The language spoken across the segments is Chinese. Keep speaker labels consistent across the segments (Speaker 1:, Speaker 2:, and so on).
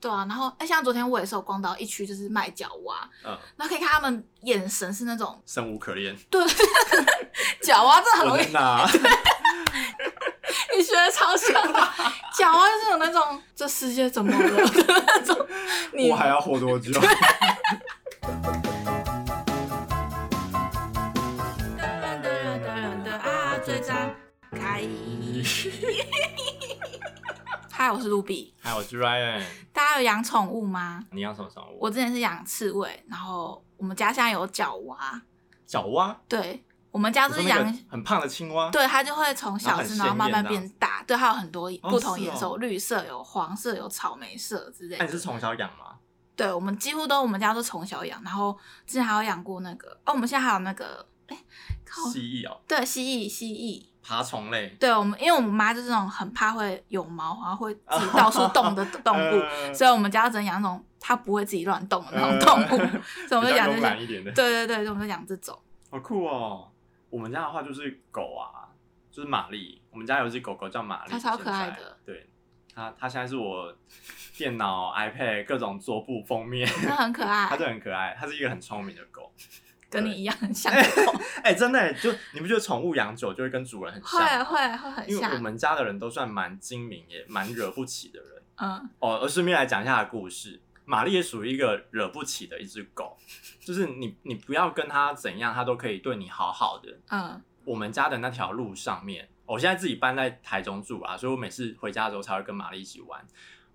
Speaker 1: 对啊，然后哎，像昨天我也是有逛到一区，就是卖脚蛙，
Speaker 2: 嗯，
Speaker 1: 然后可以看他们眼神是那种
Speaker 2: 生无可恋，
Speaker 1: 脚蛙，这很
Speaker 2: 我
Speaker 1: 容易
Speaker 2: 的 哪？
Speaker 1: 你学的超像的，脚蛙就是有那种这世界怎么了的那种，你
Speaker 2: 我还要活多久？
Speaker 1: 的啊最赞开。 嗨，我是卢比。
Speaker 2: 嗨，我是 Ryan，
Speaker 1: 大家有养宠物吗？
Speaker 2: 你养什么宠物？
Speaker 1: 我之前是养刺猬，然后我们家现在有角蛙。
Speaker 2: 角蛙，
Speaker 1: 对，我们家
Speaker 2: 我
Speaker 1: 是
Speaker 2: 说那
Speaker 1: 养，
Speaker 2: 个很胖的青蛙，
Speaker 1: 对，它就会从小只，然
Speaker 2: 啊然后
Speaker 1: 后
Speaker 2: 很
Speaker 1: 慢慢
Speaker 2: 鲜艳
Speaker 1: 变大。对，它有很多
Speaker 2: 哦
Speaker 1: 不同
Speaker 2: 是
Speaker 1: 颜色，
Speaker 2: 哦哎
Speaker 1: 有绿色、有黄色、有草莓色之类
Speaker 2: 那
Speaker 1: 的。
Speaker 2: 你是从小养吗？
Speaker 1: 对，我们几乎都我们家都从小养，然后之前还有养过那个，哦，我们现在还有那个，哎，靠，
Speaker 2: 蜥蜴哦，
Speaker 1: 对，蜥蜴，蜥蜴。
Speaker 2: 爬虫类
Speaker 1: 对我们，因为我们妈就是那种很怕会有毛，然后会自己到处 动的动物，
Speaker 2: 哦呃
Speaker 1: 所以我们家只能养那种它不会自己乱动的那种动物，
Speaker 2: 呃
Speaker 1: 所以我们
Speaker 2: 比
Speaker 1: 就
Speaker 2: 较
Speaker 1: 养
Speaker 2: 慵
Speaker 1: 这
Speaker 2: 懒
Speaker 1: 些。
Speaker 2: 一点的，
Speaker 1: 对对对，所以我们就养这种。
Speaker 2: 好酷哦。我们家的话就是狗啊，就是玛丽，我们家有一只狗狗叫玛丽，
Speaker 1: 它超可爱的
Speaker 2: 现在，对。它它现在是我电脑、iPad 各种桌布封面，
Speaker 1: 真的很可
Speaker 2: 它
Speaker 1: 爱
Speaker 2: 就，很可爱，它是一个很聪明的狗。
Speaker 1: 跟你一样很 像的狗，
Speaker 2: 哎、真的耶，就你不觉得宠物养久就会跟主人很像
Speaker 1: 会
Speaker 2: 吗？
Speaker 1: 会会很
Speaker 2: 因为我
Speaker 1: 像。
Speaker 2: 们家的人都算蛮精明，也蛮惹不起的人。
Speaker 1: 嗯，
Speaker 2: 哦，而顺便来讲一下它的故事。玛丽也属于一个惹不起的一只狗，就是你你不要跟它怎样，它都可以对你好好的。
Speaker 1: 嗯，
Speaker 2: 我们家的那条路上面，我现在自己搬在台中住啊，所以我每次回家的时候才会跟玛丽一起玩。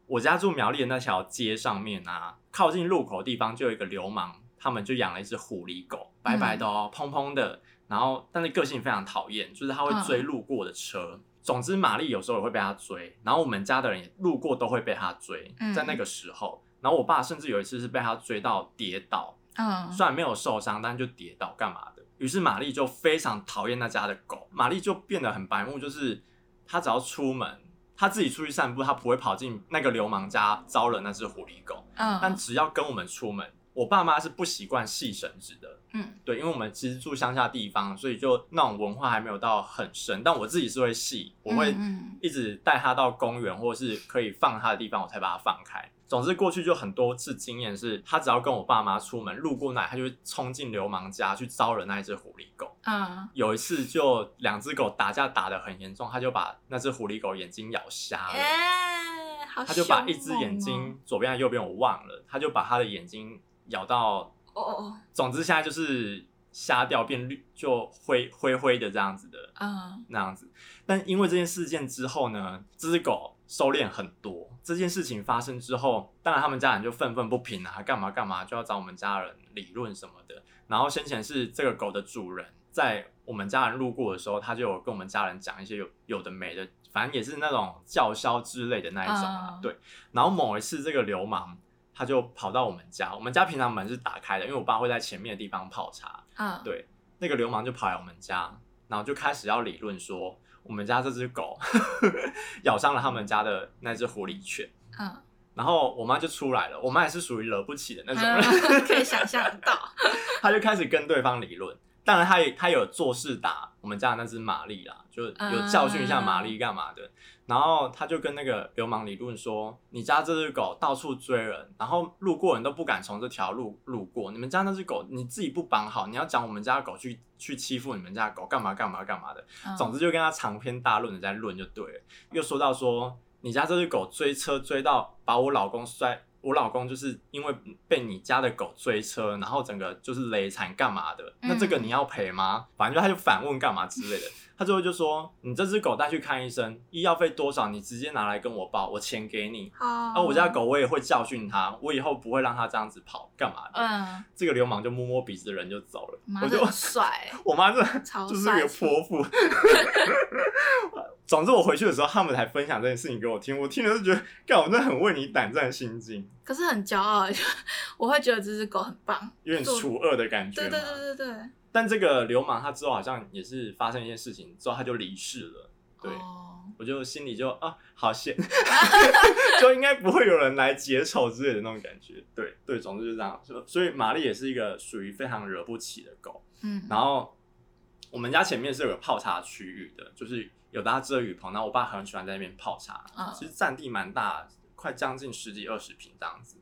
Speaker 2: 我家住苗栗的那条街上面啊，靠近路口的地方就有一个流氓，他们就养了一只狐狸狗，白白的哦，蓬蓬的，然后但是个性非常讨厌，就是它会追路过的车。总之，玛丽有时候也会被它追，然后我们家的人也路过都会被它追
Speaker 1: 嗯，
Speaker 2: 在那个时候，然后我爸甚至有一次是被它追到跌倒，
Speaker 1: 嗯，
Speaker 2: 虽然没有受伤，但就跌倒干嘛的。于是玛丽就非常讨厌那家的狗，玛丽就变得很白目，就是她只要出门，她自己出去散步，她不会跑进那个流氓家招惹那只狐狸狗。但
Speaker 1: 嗯
Speaker 2: 只要跟我们出门，我爸妈是不习惯系绳子的，
Speaker 1: 嗯，
Speaker 2: 对，因为我们其实住乡下地方，所以就那种文化还没有到很深。但我自己是会系，我会
Speaker 1: 嗯
Speaker 2: 一直带它到公园或是可以放它的地方，我才把它放开。总之，过去就很多次经验是，它只要跟我爸妈出门路过那里，它就会冲进流氓家去招惹那一只狐狸狗。
Speaker 1: 嗯，
Speaker 2: 有一次就两只狗打架打得很严重，它就把那只狐狸狗眼睛咬瞎了。
Speaker 1: 哎，好，
Speaker 2: 他就把一只眼
Speaker 1: 哦
Speaker 2: 睛，左边还是右边我忘了，他就把他的眼睛咬到，
Speaker 1: 哦哦哦，
Speaker 2: 总之现在就是瞎掉变绿，就灰灰灰的这样子的
Speaker 1: 嗯
Speaker 2: 那样子。但因为这件事件之后呢，这只狗收敛很多。这件事情发生之后，当然他们家人就愤愤不平啊，干嘛干嘛就要找我们家人理论什么的。然后先前是这个狗的主人在我们家人路过的时候，他就有跟我们家人讲一些有有的没的，反正也是那种叫嚣之类的那一种啊。
Speaker 1: 嗯
Speaker 2: 对，然后某一次这个流氓。他就跑到我们家，我们家平常门是打开的，因为我爸会在前面的地方泡茶。
Speaker 1: 嗯，
Speaker 2: 对，那个流氓就跑来我们家，然后就开始要理论说，我们家这只狗 咬伤了他们家的那只狐狸犬。
Speaker 1: 嗯，
Speaker 2: 然后我妈就出来了，我妈也是属于惹不起的那种人，
Speaker 1: 嗯 可以想象得到，
Speaker 2: 她就开始跟对方理论。当然她也，她有做事打我们家的那只玛丽啦，就有教训一下玛丽干嘛的。然后她就跟那个流氓理论说：“你家这只狗到处追人，然后路过人都不敢从这条路路过。你们家那只狗你自己不绑好，你要讲我们家的狗去去欺负你们家的狗，干嘛干嘛干嘛的。”
Speaker 1: 嗯
Speaker 2: 总之就跟他长篇大论的在论就对了。又说到说，你家这只狗追车追到把我老公摔，我老公就是因为被你家的狗追车，然后整个就是累惨干嘛的？
Speaker 1: 嗯
Speaker 2: 那这个你要赔吗？反正他就反问干嘛之类的。 他最后就说，你这只狗带去看医生，医药费多少你直接拿来跟我报，我钱给你。
Speaker 1: 哦，
Speaker 2: 那、啊我家，狗我也会教训它，我以后不会让它这样子跑干嘛的。
Speaker 1: 嗯，
Speaker 2: 这个流氓就摸摸鼻子人就走了，
Speaker 1: 妈
Speaker 2: 我就
Speaker 1: 的很帅，
Speaker 2: 我妈 这
Speaker 1: 超
Speaker 2: 就是
Speaker 1: 帅
Speaker 2: 个
Speaker 1: 气
Speaker 2: 泼妇。 总之，我回去的时候，他们才分享这件事情给我听，我听了就觉得，干，我真的很为你胆战心惊，
Speaker 1: 可是很骄傲， 我会觉得这只狗很棒。
Speaker 2: 有点除恶的感觉嘛。
Speaker 1: 对对对对对，
Speaker 2: 但这个流氓他之后好像也是发生一件事情之后，他就离世了。对，
Speaker 1: 哦，
Speaker 2: 我就心里就啊，好险， 就应该不会有人来解丑之类的那种感觉。对对，总之就是这样。所以所以玛丽也是一个属于非常惹不起的狗。
Speaker 1: 嗯，
Speaker 2: 然后我们家前面是有个泡茶区域的，就是有大家遮雨棚，然后我爸很喜欢在那边泡茶，
Speaker 1: 嗯
Speaker 2: 其实占地蛮大，快将近十几二十平这样子。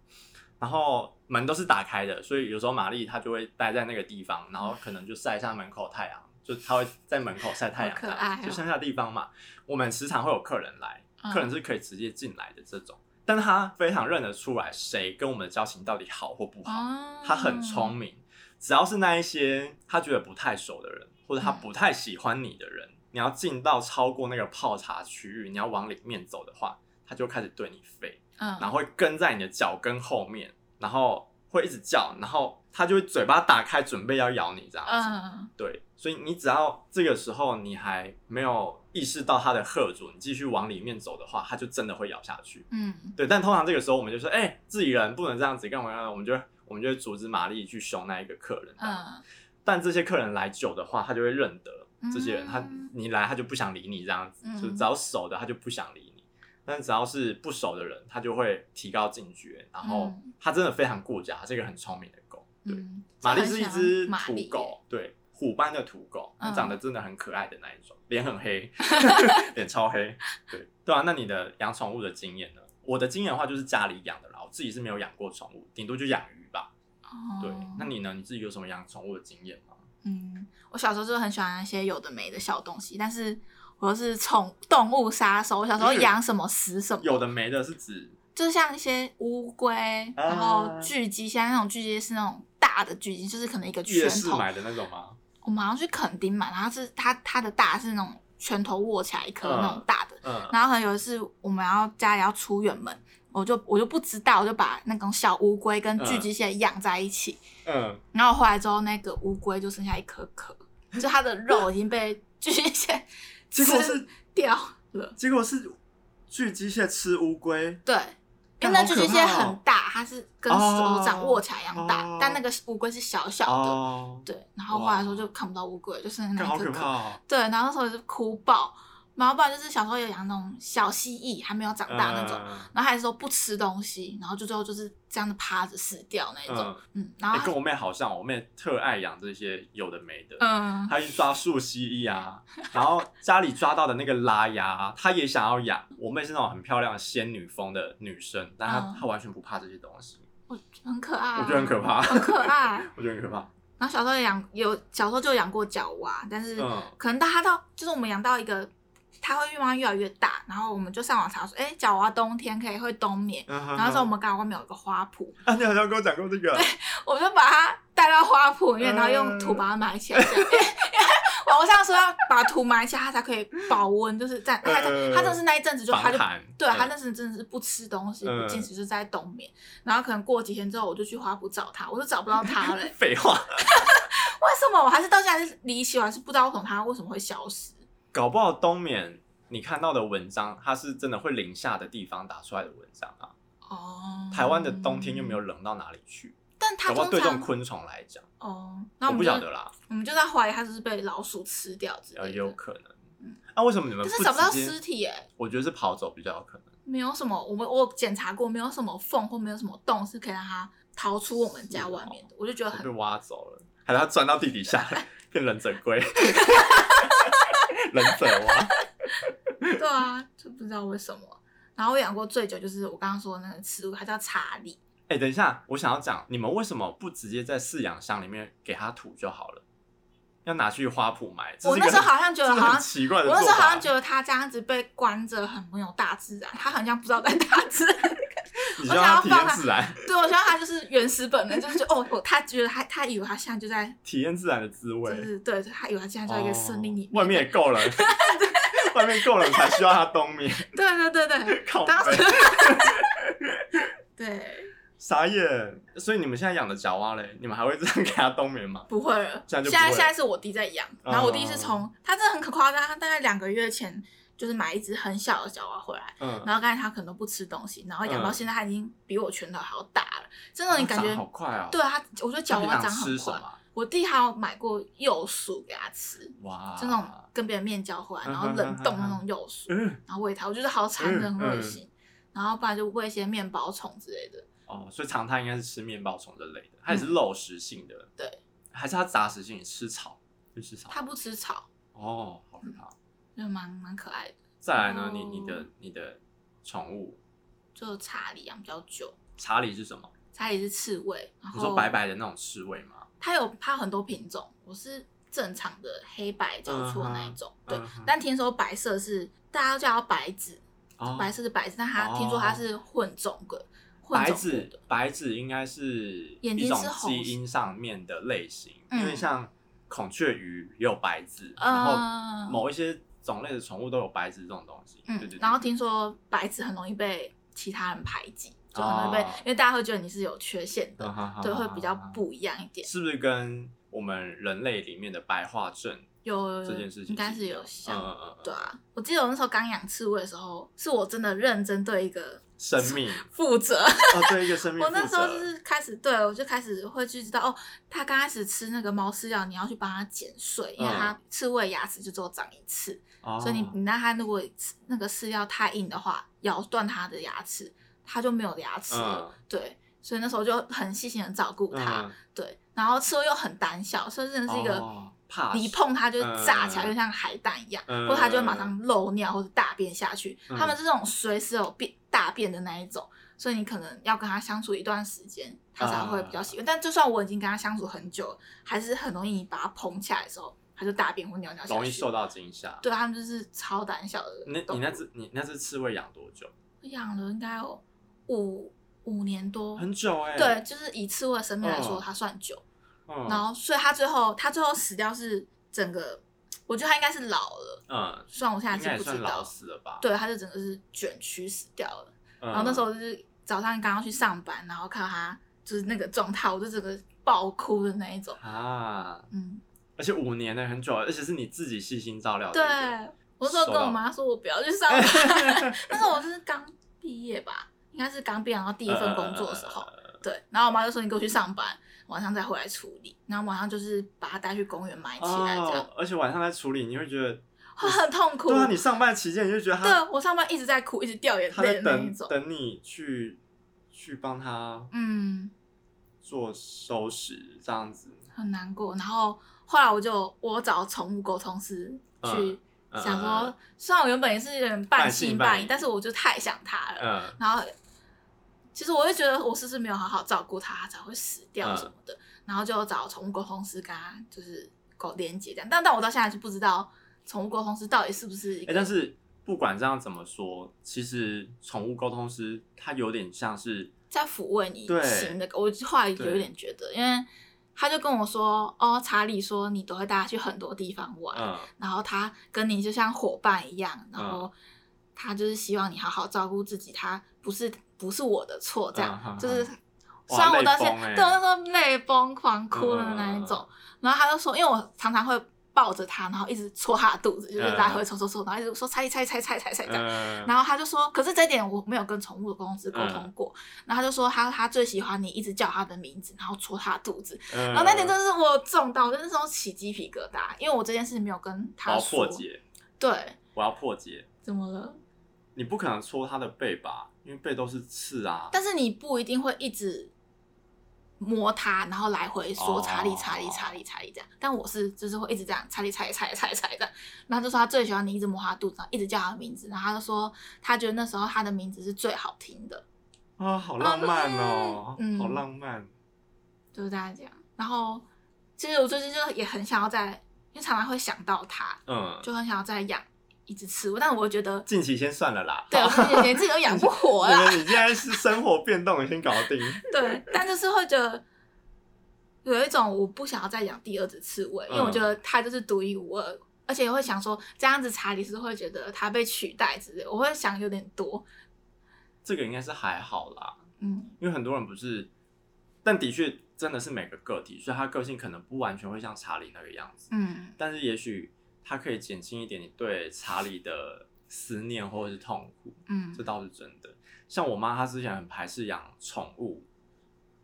Speaker 2: 然后门都是打开的，所以有时候玛丽她就会待在那个地方，然后可能就晒一下门口太阳，就她会在门口晒太阳
Speaker 1: 好可
Speaker 2: 这样子，
Speaker 1: 爱哦
Speaker 2: 就乡下地方嘛。我们时常会有客人来，
Speaker 1: 嗯
Speaker 2: 客人是可以直接进来的这种，但他非常认得出来谁跟我们的交情到底好或不好，
Speaker 1: 哦，
Speaker 2: 他很聪明。只要是那一些他觉得不太熟的人，或者他不太喜欢你的人，你要进到超过那个泡茶区域，你要往里面走的话，他就开始对你吠。
Speaker 1: 嗯，
Speaker 2: 然后会跟在你的脚跟后面，然后会一直叫，然后它就会嘴巴打开，准备要咬你这样子。
Speaker 1: 嗯，
Speaker 2: 对，所以你只要这个时候你还没有意识到它的喝阻，你继续往里面走的话，它就真的会咬下去。
Speaker 1: 嗯，
Speaker 2: 对，但通常这个时候我们就说，哎、自己人不能这样子，干嘛干嘛，我们就会我们就会阻止玛丽去凶那一个客人。
Speaker 1: 嗯，
Speaker 2: 但这些客人来久的话，他就会认得这些人，他
Speaker 1: 嗯
Speaker 2: 你来他就不想理你这样子，
Speaker 1: 嗯
Speaker 2: 就只要熟的他就不想理你，但只要是不熟的人，他就会提高警觉，然后
Speaker 1: 嗯
Speaker 2: 他真的非常顾家，是一个很聪明的狗。对，
Speaker 1: 嗯，
Speaker 2: 玛丽
Speaker 1: 这
Speaker 2: 是
Speaker 1: 很
Speaker 2: 一
Speaker 1: 像
Speaker 2: 只
Speaker 1: 玛
Speaker 2: 土
Speaker 1: 丽耶
Speaker 2: 狗，对，虎斑的土狗，它
Speaker 1: 嗯
Speaker 2: 长得真的很可爱的那一种，脸 很黑，脸超黑，对对啊。那你的养宠物的经验呢？我的经验的话就是家里养的啦，我自己是没有养过宠物，顶多就养鱼吧。
Speaker 1: 哦
Speaker 2: 对，那你呢？你自己有什么养宠物的经验吗？
Speaker 1: 嗯，我小时候就很喜欢那些有的没的小东西，但是我又是宠动物杀手，我小时候
Speaker 2: 嗯
Speaker 1: 养什么死什么，
Speaker 2: 有的啊没的是指
Speaker 1: 就像一些乌龟，然后巨鸡，现在那种巨鸡是那种大的巨鸡，就是可能一个
Speaker 2: 夜
Speaker 1: 拳
Speaker 2: 市
Speaker 1: 头。
Speaker 2: 买的那种吗？
Speaker 1: 我们好像去垦丁嘛，然后是它它的大是那种拳头握起来一颗
Speaker 2: 嗯
Speaker 1: 那种大的。
Speaker 2: 嗯，
Speaker 1: 然后很有一次我们要家里要出远门，我就我就不知道，我就把那种小乌龟跟巨鸡现在养在一起。
Speaker 2: 嗯，
Speaker 1: 然后后来之后，那个乌龟就剩下一颗 壳，就它的肉已经被巨蟹
Speaker 2: 结
Speaker 1: 吃
Speaker 2: 果是
Speaker 1: 掉了。
Speaker 2: 结果是巨机械吃乌龟，
Speaker 1: 对，因为
Speaker 2: 干
Speaker 1: 那
Speaker 2: 好
Speaker 1: 巨
Speaker 2: 可
Speaker 1: 蟹蟹
Speaker 2: 怕哦
Speaker 1: 很大，它是跟手掌
Speaker 2: 哦
Speaker 1: 握起来一样大，
Speaker 2: 哦
Speaker 1: 但那个乌龟是小小的。
Speaker 2: 哦，
Speaker 1: 对，然后后来说就看不到乌龟，就剩下那
Speaker 2: 看
Speaker 1: 一
Speaker 2: 好
Speaker 1: 颗
Speaker 2: 可怕
Speaker 1: 壳。
Speaker 2: 哦，
Speaker 1: 对，然后那时候也是哭爆。然后不然就是小时候有养那种小蜥蜴，还没有长大那种，
Speaker 2: 嗯
Speaker 1: 然后还说不吃东西，然后就最后就是这样子趴着死掉那一种。
Speaker 2: 嗯
Speaker 1: 嗯，然后
Speaker 2: 哎
Speaker 1: 它
Speaker 2: 跟我妹好像，我妹特爱养这些有的没的，
Speaker 1: 嗯，
Speaker 2: 她去抓树蜥蜴啊，然后家里抓到的那个拉牙啊，她也想要养。我妹是那种很漂亮的仙女风的女生，但她
Speaker 1: 嗯
Speaker 2: 她完全不怕这些东西，
Speaker 1: 我很可爱、啊，
Speaker 2: 我觉得很可怕，
Speaker 1: 很可爱。
Speaker 2: 我觉得很可怕。
Speaker 1: 然后小时候也养有小时候就养过角蛙，但是
Speaker 2: 嗯
Speaker 1: 可能到它到就是我们养到一个，它会慢慢越来越大，然后我们就上网查说，哎，角蛙冬天可以会冬眠。
Speaker 2: 然
Speaker 1: 然后那时候我们刚好外面有一个花圃，
Speaker 2: 嗯啊，你好像跟我讲过这个，
Speaker 1: 我就把它带到花圃里面，
Speaker 2: 嗯
Speaker 1: 然后用土把它埋起来。这样 因为网上说要把土埋起来，它才可以保温，就是在它它
Speaker 2: 嗯
Speaker 1: 它真的是那一阵子就它
Speaker 2: 防
Speaker 1: 就
Speaker 2: 寒，
Speaker 1: 对它那阵子真的是不吃东西，
Speaker 2: 嗯
Speaker 1: 不进食，就是在冬眠。然后可能过几天之后，我就去花圃找它，我就找不到它了、
Speaker 2: 废话，
Speaker 1: 为什么我还是到现在是离奇，我还是不知道为什么它为什么会消失？
Speaker 2: 搞不好冬眠你看到的文章，它是真的会零下的地方打出来的文章啊。
Speaker 1: 哦，
Speaker 2: 台湾的冬天又没有，冷到哪里去，
Speaker 1: 但嗯它
Speaker 2: 搞不好
Speaker 1: 通
Speaker 2: 对这种
Speaker 1: 常
Speaker 2: 昆虫来讲，
Speaker 1: 哦，那
Speaker 2: 我
Speaker 1: 我们
Speaker 2: 不
Speaker 1: 就
Speaker 2: 晓得啦，
Speaker 1: 我们就在怀疑它是不是被老鼠吃掉之
Speaker 2: 呃也
Speaker 1: 类
Speaker 2: 有
Speaker 1: 的。
Speaker 2: 可能。那、为什么你们
Speaker 1: 可
Speaker 2: 不
Speaker 1: 嗯是找不到
Speaker 2: 直接
Speaker 1: 尸体耶、
Speaker 2: 我觉得是跑走比较有可能。
Speaker 1: 没有什么，我们我有检查过，没有什么缝或没有什么洞是可以让它逃出我们家外面的，我就觉得
Speaker 2: 会
Speaker 1: 很
Speaker 2: 被挖走了，还是它钻到地底 下来变忍者龟，忍者蛙。
Speaker 1: 对啊，就不知道为什么。然后我养过最久就是我刚刚说的那个刺猬，它叫查理，
Speaker 2: 哎、等一下，我想要讲，你们为什么不直接在饲养箱里面给它土就好了？要拿去花圃埋？这
Speaker 1: 我
Speaker 2: 是一
Speaker 1: 那
Speaker 2: 个
Speaker 1: 时候
Speaker 2: 很
Speaker 1: 好像觉得
Speaker 2: 这是
Speaker 1: 好
Speaker 2: 很
Speaker 1: 像
Speaker 2: 奇怪的
Speaker 1: 我
Speaker 2: 做
Speaker 1: 那
Speaker 2: 法。
Speaker 1: 时候好像觉得它这样子被关着很没有大自然，它好像不知道在大自然。
Speaker 2: 你
Speaker 1: 我想
Speaker 2: 让它
Speaker 1: 要
Speaker 2: 体
Speaker 1: 放
Speaker 2: 验
Speaker 1: 它
Speaker 2: 自然，
Speaker 1: 对，我希望它就是原始本能，就是觉得哦，我它觉得它它以为它现在就在，
Speaker 2: 体验自然的滋味。
Speaker 1: 就是对，它以为它现在就在一个森林里
Speaker 2: 哦外面也够了， 外面够了才需要它冬眠。
Speaker 1: 对对对对，
Speaker 2: 靠
Speaker 1: 当
Speaker 2: 背
Speaker 1: 时对，
Speaker 2: 傻眼。所以你们现在养的角蛙嘞，你们还会这样给它冬眠吗？
Speaker 1: 不会了，
Speaker 2: 现在就不
Speaker 1: 现
Speaker 2: 会啊了
Speaker 1: 在现在是我弟在养，然后我弟是从他真的很可夸张，他大概两个月前就是买一只很小的小蛙回来，
Speaker 2: 嗯，
Speaker 1: 然后刚才他可能都不吃东西，然后养到
Speaker 2: 嗯
Speaker 1: 现在他已经比我拳头还要大了，真的你感
Speaker 2: 它
Speaker 1: 觉
Speaker 2: 长好快啊！
Speaker 1: 对，啊，他我觉得角蛙
Speaker 2: 平
Speaker 1: 长
Speaker 2: 常吃
Speaker 1: 很
Speaker 2: 什
Speaker 1: 快
Speaker 2: 么。啊？
Speaker 1: 我弟还有买过幼鼠给他吃，
Speaker 2: 哇，
Speaker 1: 就那种跟别人面交回来，然后冷冻那种幼鼠，
Speaker 2: 嗯
Speaker 1: 然后喂它，我觉得好残忍，
Speaker 2: 嗯
Speaker 1: 很恶心。然后不然就喂一些面包虫之类的，
Speaker 2: 哦，所以常态应该是吃面包虫这类的，它也是肉食性的，
Speaker 1: 嗯对，
Speaker 2: 还是它杂食性，吃草就吃草。
Speaker 1: 它不吃草，
Speaker 2: 哦，好可怕。
Speaker 1: 就蛮蛮可爱的。
Speaker 2: 再来呢
Speaker 1: 哦，
Speaker 2: 你你的你的宠物，
Speaker 1: 就查理养比较久。
Speaker 2: 查理是什么？
Speaker 1: 查理是刺猬，然
Speaker 2: 你
Speaker 1: 后
Speaker 2: 说白白的那种刺猬吗？
Speaker 1: 它有它很多品种，我是正常的黑白交错那一种，对。
Speaker 2: 嗯哼
Speaker 1: 但听说白色是大家都叫它白子，
Speaker 2: 哦
Speaker 1: 白色是白子，但它、
Speaker 2: 哦
Speaker 1: 听说它是混种的，混
Speaker 2: 白
Speaker 1: 种
Speaker 2: 子
Speaker 1: 的，
Speaker 2: 白子应该是
Speaker 1: 眼
Speaker 2: 一
Speaker 1: 睛
Speaker 2: 种
Speaker 1: 是红
Speaker 2: 基因上面的类型，
Speaker 1: 嗯
Speaker 2: 因为像孔雀鱼也有白子，然后
Speaker 1: 嗯，
Speaker 2: 某一些种类的宠物都有白子这种东西。对对
Speaker 1: 嗯，
Speaker 2: 对。
Speaker 1: 然后听说白子很容易被其他人排挤，就很容易被，
Speaker 2: 哦
Speaker 1: 因为大家会觉得你是有缺陷的，对，
Speaker 2: 对
Speaker 1: 会比较，不一样一点。
Speaker 2: 是不是跟我们人类里面的白化症
Speaker 1: 有有
Speaker 2: 这件
Speaker 1: 有
Speaker 2: 事情
Speaker 1: 呃应该
Speaker 2: 是
Speaker 1: 是
Speaker 2: 一样
Speaker 1: 有像
Speaker 2: 嗯嗯嗯
Speaker 1: 对啊，我记得我那时候刚养刺猬的时候，是我真的认真对一个
Speaker 2: 生命？
Speaker 1: 负责。
Speaker 2: 哦，对一个生命负 责。
Speaker 1: 我那时候就是开始对我就开始会去知道哦，它刚开始吃那个猫饲料，你要去帮它剪碎，因为它刺猬牙齿就只有长一次，
Speaker 2: 嗯哦，
Speaker 1: 所以你你让它如果吃那个饲料太硬的话，咬断它的牙齿，它就没有牙齿了。
Speaker 2: 嗯
Speaker 1: 对，所以那时候就很细心的照顾它。
Speaker 2: 嗯
Speaker 1: 对，然后刺猬又很胆小，所以真的是一个。
Speaker 2: 哦怕
Speaker 1: 你一碰它就炸起来，
Speaker 2: 嗯
Speaker 1: 就像海胆一样，
Speaker 2: 嗯
Speaker 1: 或者它就会马上漏尿或者大便下去。
Speaker 2: 嗯
Speaker 1: 它们是这种随时有便大便的那一种，所以你可能要跟它相处一段时间，它才会
Speaker 2: 啊
Speaker 1: 比较喜欢。但就算我已经跟它相处很久了，还是很容易你把它捧起来的时候，它就大便或尿尿下去。
Speaker 2: 容易受到惊吓。
Speaker 1: 对，它们就是超胆小的
Speaker 2: 你
Speaker 1: 动
Speaker 2: 你
Speaker 1: 物
Speaker 2: 那只你那只刺猬养多久？
Speaker 1: 我养了应该有五五年多，
Speaker 2: 很久哎。
Speaker 1: 对，，就是以刺猬的生命来说，
Speaker 2: 嗯
Speaker 1: 它算久。
Speaker 2: 嗯
Speaker 1: 然后，所以它最后它最后死掉是整个，我觉得它应该是老了。
Speaker 2: 嗯，
Speaker 1: 虽然我现在
Speaker 2: 应该
Speaker 1: 是
Speaker 2: 也
Speaker 1: 不
Speaker 2: 算
Speaker 1: 知
Speaker 2: 老
Speaker 1: 道，
Speaker 2: 死了吧？
Speaker 1: 对，他就整个是卷曲死掉了。
Speaker 2: 嗯，
Speaker 1: 然后那时候就是早上刚刚去上班，然后看到他就是那个状态，我就整个爆哭的那一种。
Speaker 2: 啊，
Speaker 1: 嗯，
Speaker 2: 而且五年呢，欸很久了，而且是你自己细心照料的
Speaker 1: 对
Speaker 2: 一个。，
Speaker 1: 我那时候跟我妈说我不要去上 班，那时候我就是刚毕业吧，应该是刚毕业然后第一份工作的时 候。
Speaker 2: 嗯
Speaker 1: 对，然后我妈就说你给我去上班，晚上再回来处理。然后晚上就是把它带去公园埋起来，这样、
Speaker 2: 哦，而且晚上在处理，你会觉得，
Speaker 1: 会很痛苦。
Speaker 2: 对啊，你上班期间你就觉得他
Speaker 1: 对我上班一直在哭，一直掉眼
Speaker 2: 他
Speaker 1: 泪
Speaker 2: 在
Speaker 1: 的那一
Speaker 2: 等
Speaker 1: 种。
Speaker 2: 等你去去帮他
Speaker 1: 嗯。
Speaker 2: 做收拾这样子，
Speaker 1: 很难过。然后后来我就我找宠物沟通师去、
Speaker 2: 嗯
Speaker 1: 想说，虽然我原本也是有点半信
Speaker 2: 半信半
Speaker 1: 半
Speaker 2: 疑
Speaker 1: 疑，但是我就太想它了。
Speaker 2: 嗯
Speaker 1: 然后其实我就觉得我是不是没有好好照顾它，它才会死掉什么的。然后就找宠物沟通师跟它就是狗连接这样，但但我到现在就不知道宠物沟通师到底是不是一
Speaker 2: 哎、
Speaker 1: 个，
Speaker 2: 但是不管这样怎么说，其实宠物沟通师他有点像是
Speaker 1: 在抚慰你
Speaker 2: 对
Speaker 1: 心的。我后来有一点觉得，因为。他就跟我说：“哦，查理说你都会带他去很多地方玩，
Speaker 2: 嗯
Speaker 1: 然后他跟你就像伙伴一样，然后他就是希望你好好照顾自己，他不是不是我的错，这样、
Speaker 2: 嗯嗯嗯
Speaker 1: 就是
Speaker 2: 哇
Speaker 1: 虽然我到现
Speaker 2: 泪崩欸
Speaker 1: 在对我那时候泪崩狂哭
Speaker 2: 嗯
Speaker 1: 的那一种，然后他就说，因为我常常会抱着他，然后一直戳他的肚子，就是来回戳戳戳，然后一直说猜猜猜猜猜猜这样。
Speaker 2: 嗯，
Speaker 1: 然后他就说，可是这点我没有跟宠物的公司沟通过。然后他就说他他最喜欢你一直叫他的名字，然后戳他的肚子，
Speaker 2: 然
Speaker 1: 然后那点真的是我中到，我真的那时候起鸡皮疙瘩，因为我这件事没有跟
Speaker 2: 我
Speaker 1: 他
Speaker 2: 要
Speaker 1: 说。
Speaker 2: 破解，
Speaker 1: 对，
Speaker 2: 我要破解，
Speaker 1: 怎么了？
Speaker 2: 你不可能戳它的背吧，因为背都是刺啊。
Speaker 1: 但是你不一定会一直摸它，然后来回说
Speaker 2: 哦
Speaker 1: 查理查理查理查理这样。但我是就是会一直这样查理查理查理查理查理这样。然后就说他最喜欢你一直摸他肚子，然后一直叫他的名字，然后他就说他觉得那时候他的名字是最好听的，
Speaker 2: 啊，好浪漫哦，
Speaker 1: 嗯
Speaker 2: 好浪漫。
Speaker 1: 就是大家这样。然后其实我最近就也很想要在，因为常常会想到他，
Speaker 2: 嗯，
Speaker 1: 就很想要再养一只刺猬，但我觉得。
Speaker 2: 近期先算了啦。
Speaker 1: 对，我啊自己连自己都养不活
Speaker 2: 你
Speaker 1: 啦。
Speaker 2: 们你现在是生活变动，你先搞定。
Speaker 1: 对， 但就是会觉得有一种我不想要再养第二只刺猬，因
Speaker 2: 嗯
Speaker 1: 为我觉得它就是独一无二，而且会想说这样子查理是不是会觉得它被取代之类，我会想有点多。
Speaker 2: 这个应该是还好啦，
Speaker 1: 嗯，
Speaker 2: 因为很多人不是，但的确真的是每个个体，所以他个性可能不完全会像查理那个样子，
Speaker 1: 嗯，
Speaker 2: 但是也许他可以减轻一点你对查理的思念或者是痛苦。
Speaker 1: 嗯
Speaker 2: 这倒是真的。像我妈，她之前很排斥养宠物，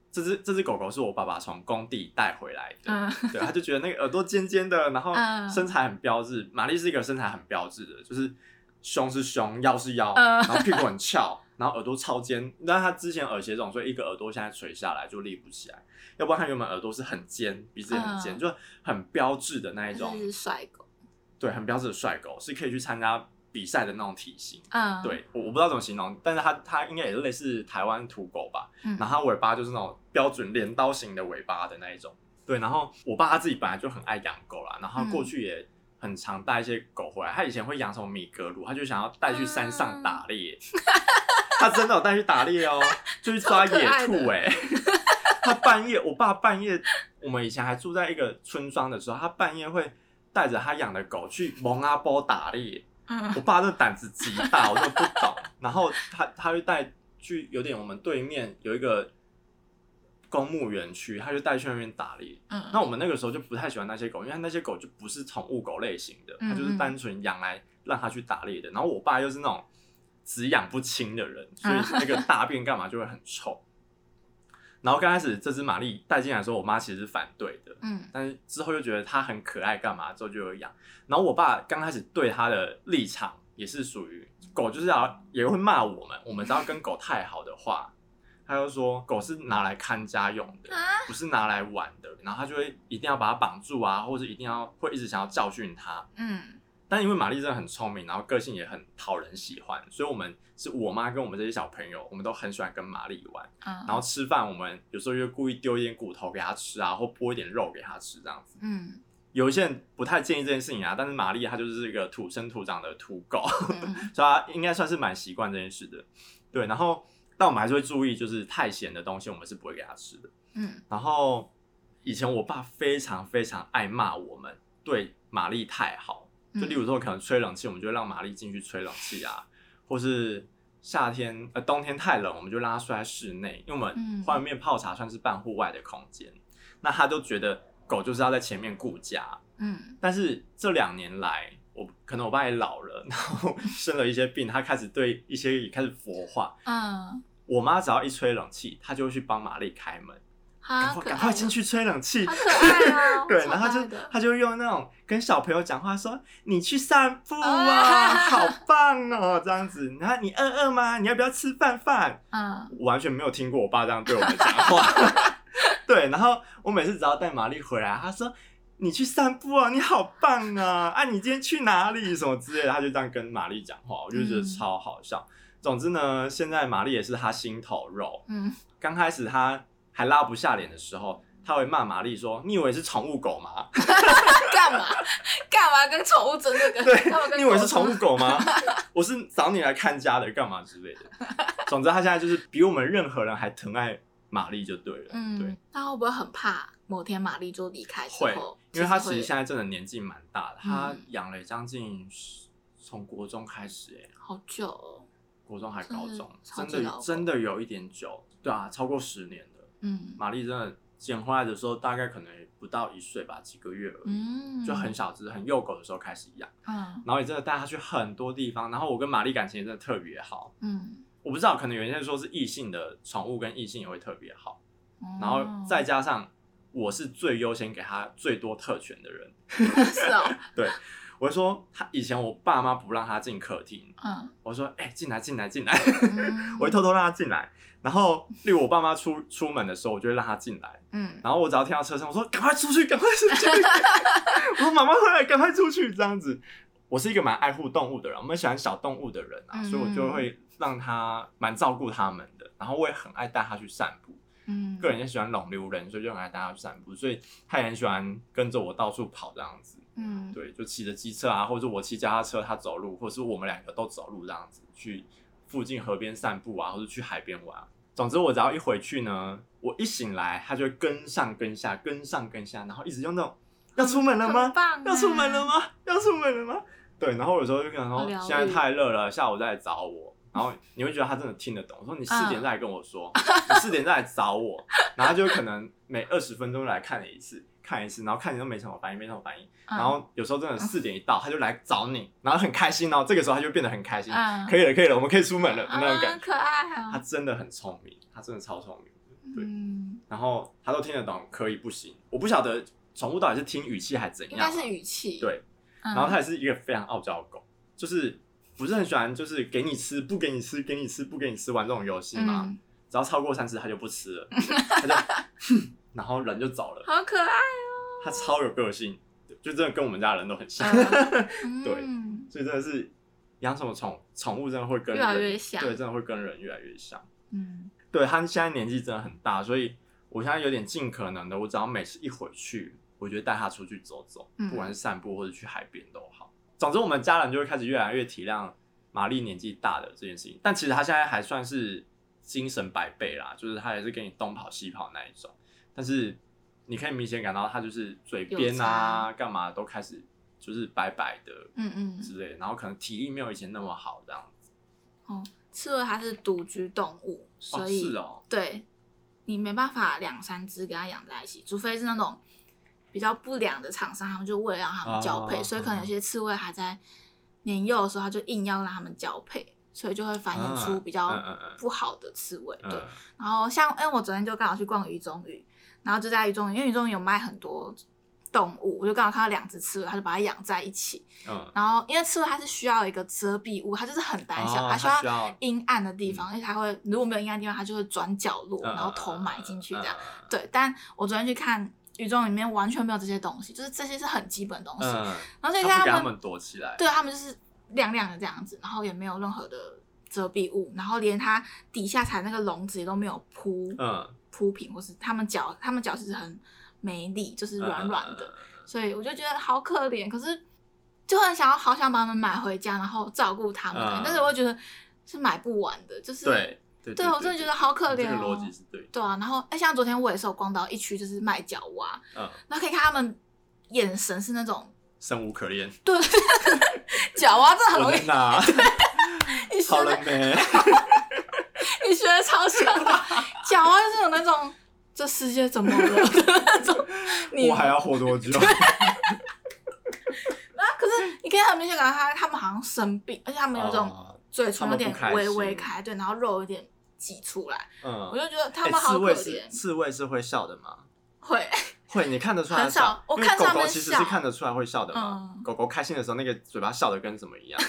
Speaker 2: 这只这只狗狗是我爸爸从工地带回来的，
Speaker 1: 嗯
Speaker 2: 对，他就觉得那个耳朵尖尖的，然后
Speaker 1: 嗯
Speaker 2: 身材很标志。玛丽是一个身材很标志的，就是胸是胸，腰是腰，
Speaker 1: 嗯
Speaker 2: 然后屁股很翘，然后耳朵超尖。但她之前耳血肿，所以一个耳朵现在垂下来就立不起来，要不然她原本耳朵是很尖，鼻子也很尖，
Speaker 1: 嗯
Speaker 2: 就很标志的那一
Speaker 1: 它
Speaker 2: 种
Speaker 1: 是一只帅狗。
Speaker 2: 对，很标志的帅狗，是可以去参加比赛的那种体型。
Speaker 1: 嗯，，
Speaker 2: 对，我我不知道怎么形容，但是它它应该也是类似台湾土狗吧，
Speaker 1: 嗯
Speaker 2: 然后它尾巴就是那种标准镰刀型的尾巴的那一种。对，然后我爸他自己本来就很爱养狗啦，然后他过
Speaker 1: 嗯
Speaker 2: 去也很常带一些狗回来。他以前会养什么米格鲁，他就想要带去山
Speaker 1: 嗯
Speaker 2: 上打猎，他真的有带去打猎哦，就去抓野
Speaker 1: 超
Speaker 2: 兔
Speaker 1: 可
Speaker 2: 哎、他半夜，我爸半夜，我们以前还住在一个村庄的时候，他半夜会带着他养的狗去蒙阿波打猎。
Speaker 1: 嗯
Speaker 2: 我爸这胆子极大，我就不懂。然后他他就带去有点我们对面有一个公墓园区，他就带去那边打猎。
Speaker 1: 嗯，
Speaker 2: 那我们那个时候就不太喜欢那些狗，因为那些狗就不是宠物狗类型的，
Speaker 1: 嗯
Speaker 2: 它就是单纯养来让它去打猎的。然后我爸又是那种只养不亲的人，所以那
Speaker 1: 嗯
Speaker 2: 个大便干嘛就会很臭。然后刚开始这只玛丽带进来的时候，我妈其实是反对的，
Speaker 1: 嗯
Speaker 2: 但是之后又觉得它很可爱，干嘛之后就有养。然后我爸刚开始对它的立场也是属于狗就是要也会骂我们，我们只要跟狗太好的话，他就说狗是拿来看家用的
Speaker 1: 啊，
Speaker 2: 不是拿来玩的。然后他就会一定要把它绑住啊，或者一定要会一直想要教训它。
Speaker 1: 嗯
Speaker 2: 但因为玛丽真的很聪明，然后个性也很讨人喜欢，所以我们是我妈跟我们这些小朋友，我们都很喜欢跟玛丽玩。
Speaker 1: 嗯，
Speaker 2: 然后吃饭，我们有时候就故意丢一点骨头给他吃啊，或剥一点肉给他吃这样子。
Speaker 1: 嗯
Speaker 2: 有一些人不太建议这件事情啊，但是玛丽她就是一个土生土长的土狗，
Speaker 1: 嗯
Speaker 2: 所以她应该算是蛮习惯这件事的。对，然后但我们还是会注意，就是太咸的东西我们是不会给她吃的。
Speaker 1: 嗯
Speaker 2: 然后以前我爸非常非常爱骂我们对玛丽太好，
Speaker 1: 嗯
Speaker 2: 就例如说可能吹冷气，我们就让玛丽进去吹冷气啊， 或是夏天呃冬天太冷，我们就让她睡在室内，因为我
Speaker 1: 嗯
Speaker 2: 们外面泡茶算是半户外的空间，那他就觉得狗就是要在前面顾家，
Speaker 1: 嗯
Speaker 2: 但是这两年来，我可能我爸也老了，然后生了一些病，他开始对一些也开始佛化。
Speaker 1: 嗯，
Speaker 2: 我妈只要一吹冷气，她就会去帮玛丽开门，赶
Speaker 1: 好
Speaker 2: 快
Speaker 1: 可
Speaker 2: 赶
Speaker 1: 爱
Speaker 2: 快
Speaker 1: 哦，
Speaker 2: 进去吹冷气，
Speaker 1: 好。可爱哦
Speaker 2: 对，然后
Speaker 1: 超可爱
Speaker 2: 她就
Speaker 1: 的
Speaker 2: 她就用那种跟小朋友讲话说：“你去散步啊，好棒哦，这样子。”然后你饿饿吗？你要不要吃饭饭？
Speaker 1: 嗯
Speaker 2: 我完全没有听过我爸这样对我们讲 话。对，然后我每次只要带玛丽回来，他说：“你去散步啊，你好棒啊！啊，你今天去哪里？什么之类的。”他就这样跟玛丽讲话，我就觉得
Speaker 1: 嗯
Speaker 2: 超好笑。总之呢，现在玛丽也是他心头肉。
Speaker 1: 嗯
Speaker 2: 刚开始他还拉不下脸的时候，他会骂玛丽说：“你以为是宠物狗 吗？
Speaker 1: 干嘛 干嘛跟宠物争这个？
Speaker 2: 对
Speaker 1: 干嘛，跟
Speaker 2: 你以为
Speaker 1: 狗
Speaker 2: 是宠物
Speaker 1: 争？
Speaker 2: 狗吗？我是找你来看家的，干嘛之类的。”总之，他现在就是比我们任何人还疼爱玛丽就对了。对
Speaker 1: 嗯，，那会不会很怕某天玛丽就离开之
Speaker 2: 会
Speaker 1: 后？，
Speaker 2: 因为他
Speaker 1: 其
Speaker 2: 其
Speaker 1: 实
Speaker 2: 实
Speaker 1: 会
Speaker 2: 现在真的年纪蛮大的，他
Speaker 1: 嗯
Speaker 2: 养了将近十从国中开始、欸，
Speaker 1: 好久哦，
Speaker 2: 国中还高中，
Speaker 1: 真的嗯超
Speaker 2: 真
Speaker 1: 级老
Speaker 2: 的
Speaker 1: 狗
Speaker 2: 真的有一点久，对啊，超过十年了。
Speaker 1: 嗯
Speaker 2: 玛丽真的捡回来的时候，大概可能也不到一岁吧，几个月而已，
Speaker 1: 嗯，
Speaker 2: 就很小只，很幼狗的时候开始养，
Speaker 1: 嗯
Speaker 2: 然后也真的带它去很多地方，然后我跟玛丽感情也真的特别好。
Speaker 1: 嗯，
Speaker 2: 我不知道，可能有些人说是异性的宠物跟异性也会特别好，
Speaker 1: 哦
Speaker 2: 然后再加上我是最优先给它最多特权的人，
Speaker 1: 是哦，
Speaker 2: 我说他以前我爸妈不让他进客厅，
Speaker 1: 嗯
Speaker 2: 我说哎进、来进来进来，
Speaker 1: 嗯
Speaker 2: 我会偷偷让他进来。然后例如我爸妈出出门的时候，我就会让他进来。
Speaker 1: 嗯
Speaker 2: 然后我只要听到车声，我说赶快出去，赶快出去， 我说妈妈回来，赶快出去这样子。我是一个蛮爱护动物的人，我们喜欢小动物的人啊，
Speaker 1: 嗯
Speaker 2: 所以我就会让他蛮照顾他们的。然后我也很爱带他去散步，
Speaker 1: 嗯，
Speaker 2: 个人也喜欢拢溜人，所以就很爱带他去散步，所以他也很喜欢跟着我到处跑这样子。
Speaker 1: 嗯
Speaker 2: 对，就骑着机车啊，或者我骑脚踏车，他走路，或是我们两个都走路这样子去附近河边散步啊，或者去海边玩。总之，我只要一回去呢，我一醒来，他就会跟上跟下，跟上跟下，然后一直用那种要出门了
Speaker 1: 很
Speaker 2: 吗？
Speaker 1: 棒啊
Speaker 2: 要出门了
Speaker 1: 吗？
Speaker 2: 吗？要出门了吗？对，然后有时候就跟他
Speaker 1: 好
Speaker 2: 说
Speaker 1: 疗愈
Speaker 2: 现在太热了，下午再来找我。然后你会觉得他真的听得懂，我说你
Speaker 1: 嗯
Speaker 2: 四点再来跟我说，你四点再来找我， 然后他就可能每二十分钟来看你一次，看一次，然后看你都没什么反应，没什么反应，
Speaker 1: 嗯
Speaker 2: 然后有时候真的四点一到，他就来找你，然后很开心哦。这个时候他就变得很开心，
Speaker 1: 嗯
Speaker 2: 可以了，可以了，我们可以出门了那种
Speaker 1: 啊
Speaker 2: 感觉。
Speaker 1: 可爱
Speaker 2: 他
Speaker 1: 啊，
Speaker 2: 真的很聪明，他真的超聪明的。对，
Speaker 1: 嗯，
Speaker 2: 然后他都听得懂，可以不行。我不晓得宠物到底是听语气还是怎
Speaker 1: 应
Speaker 2: 样啊，
Speaker 1: 该是语气，
Speaker 2: 对。
Speaker 1: 嗯，
Speaker 2: 然后它也是一个非常傲娇的狗，就是不是很喜欢，就是给你吃不给你吃，给你吃不给你吃玩这种游戏嘛。
Speaker 1: 嗯
Speaker 2: 只要超过三次，它就不吃 了，它就 哼，然后人就走了。
Speaker 1: 好可爱，
Speaker 2: 它超有个性，就真的跟我们家人都很像。
Speaker 1: 嗯
Speaker 2: 对
Speaker 1: 嗯
Speaker 2: 所以真的是养什么宠宠物真的会跟
Speaker 1: 越来
Speaker 2: 人
Speaker 1: 越像
Speaker 2: 对，真的会跟人越来越像。
Speaker 1: 嗯，
Speaker 2: 对他现在年纪真的很大，所以我现在有点尽可能的，我只要每次一回去，我就带他出去走走，
Speaker 1: 嗯
Speaker 2: 不管是散步或者去海边都好。总之，我们家人就会开始越来越体谅玛丽年纪大的这件事情。但其实他现在还算是精神百倍啦，就是他也是跟你东跑西跑那一种，但是你可以明显感到他就是嘴边啊，干嘛都开始就是白白的，
Speaker 1: 嗯嗯
Speaker 2: 之类的，然后可能体力没有以前那么好这样子。
Speaker 1: 刺猬它是独居动物，所
Speaker 2: 哦，
Speaker 1: 以、
Speaker 2: 是哦，
Speaker 1: 对你没办法两三只跟它养在一起，除非是那种比较不良的厂商，他们就为了让它们交配，
Speaker 2: 哦
Speaker 1: 所以可能有些刺猬还在年幼的时候，它就硬要让它们交配，所以就会繁衍出
Speaker 2: 嗯
Speaker 1: 比较
Speaker 2: 嗯嗯嗯
Speaker 1: 不好的刺猬。对，
Speaker 2: 嗯，
Speaker 1: 然后像，因为我昨天就刚好去逛鱼中鱼，然后就在鱼中鱼，因为鱼中鱼有卖很多动物，我就刚好看到两只刺猬，他就把它养在一起。
Speaker 2: 嗯，
Speaker 1: 然后因为刺猬它是需要一个遮蔽物，它就是很胆小，
Speaker 2: 哦
Speaker 1: 它需
Speaker 2: 它需要
Speaker 1: 要阴暗的地方，因为它会如果没有阴暗的地方，它就会转角落，
Speaker 2: 嗯
Speaker 1: 然后头埋进去这样。。
Speaker 2: 嗯
Speaker 1: 对，但我昨天去看鱼中鱼里面完全没有这些东西，就是这些是很基本的东西。
Speaker 2: 嗯，嗯
Speaker 1: 然后所以
Speaker 2: 他
Speaker 1: 看
Speaker 2: 不给他
Speaker 1: 们
Speaker 2: 们躲起来。
Speaker 1: 对他们就是亮亮的这样子，然后也没有任何的遮蔽物，然后连它底下踩那个笼子也都没有铺
Speaker 2: 嗯，
Speaker 1: 铺平，或是他们脚他们脚其实很没力，就是
Speaker 2: 嗯
Speaker 1: 软软的，。
Speaker 2: 嗯嗯
Speaker 1: 所以我就觉得好可怜，可是就很想要好想把它们买回家，然后照顾它们，
Speaker 2: 嗯
Speaker 1: 但是我会觉得是买不完的，就是
Speaker 2: 对对
Speaker 1: 对我真的觉得好可
Speaker 2: 你
Speaker 1: 怜
Speaker 2: 这个
Speaker 1: 哦
Speaker 2: 逻辑是对的。
Speaker 1: 对啊，然后哎、像昨天我也是有逛到一区就是卖脚蛙，
Speaker 2: 嗯，
Speaker 1: 然后可以看他们眼神是那种
Speaker 2: 生无可恋。
Speaker 1: 脚蛙，这很
Speaker 2: 我
Speaker 1: 容易
Speaker 2: 在哪？
Speaker 1: 你学
Speaker 2: 好
Speaker 1: 的
Speaker 2: 了没？
Speaker 1: 你学的超像的，脚蛙就是有那种这世界怎么了 的那种， 你
Speaker 2: 我还要活多久？
Speaker 1: 啊，可是你可以很明显感到他他们好像生病，而且他们有一种
Speaker 2: 哦
Speaker 1: 嘴唇有点
Speaker 2: 他们不开
Speaker 1: 微
Speaker 2: 心
Speaker 1: 微开，对，然后肉有点挤出来，我
Speaker 2: 嗯，
Speaker 1: 就觉得他
Speaker 2: 哎
Speaker 1: 们好
Speaker 2: 刺
Speaker 1: 可
Speaker 2: 猬
Speaker 1: 怜
Speaker 2: 是。刺猬是会笑的吗？
Speaker 1: 会，
Speaker 2: 会，你看得出来
Speaker 1: 很少
Speaker 2: 笑
Speaker 1: 我
Speaker 2: 因为
Speaker 1: 看
Speaker 2: 狗
Speaker 1: 他
Speaker 2: 狗
Speaker 1: 们
Speaker 2: 其实
Speaker 1: 笑
Speaker 2: 是看得出来会笑的嘛。
Speaker 1: 嗯
Speaker 2: 狗狗开心的时候，那个嘴巴笑的跟什么 一样。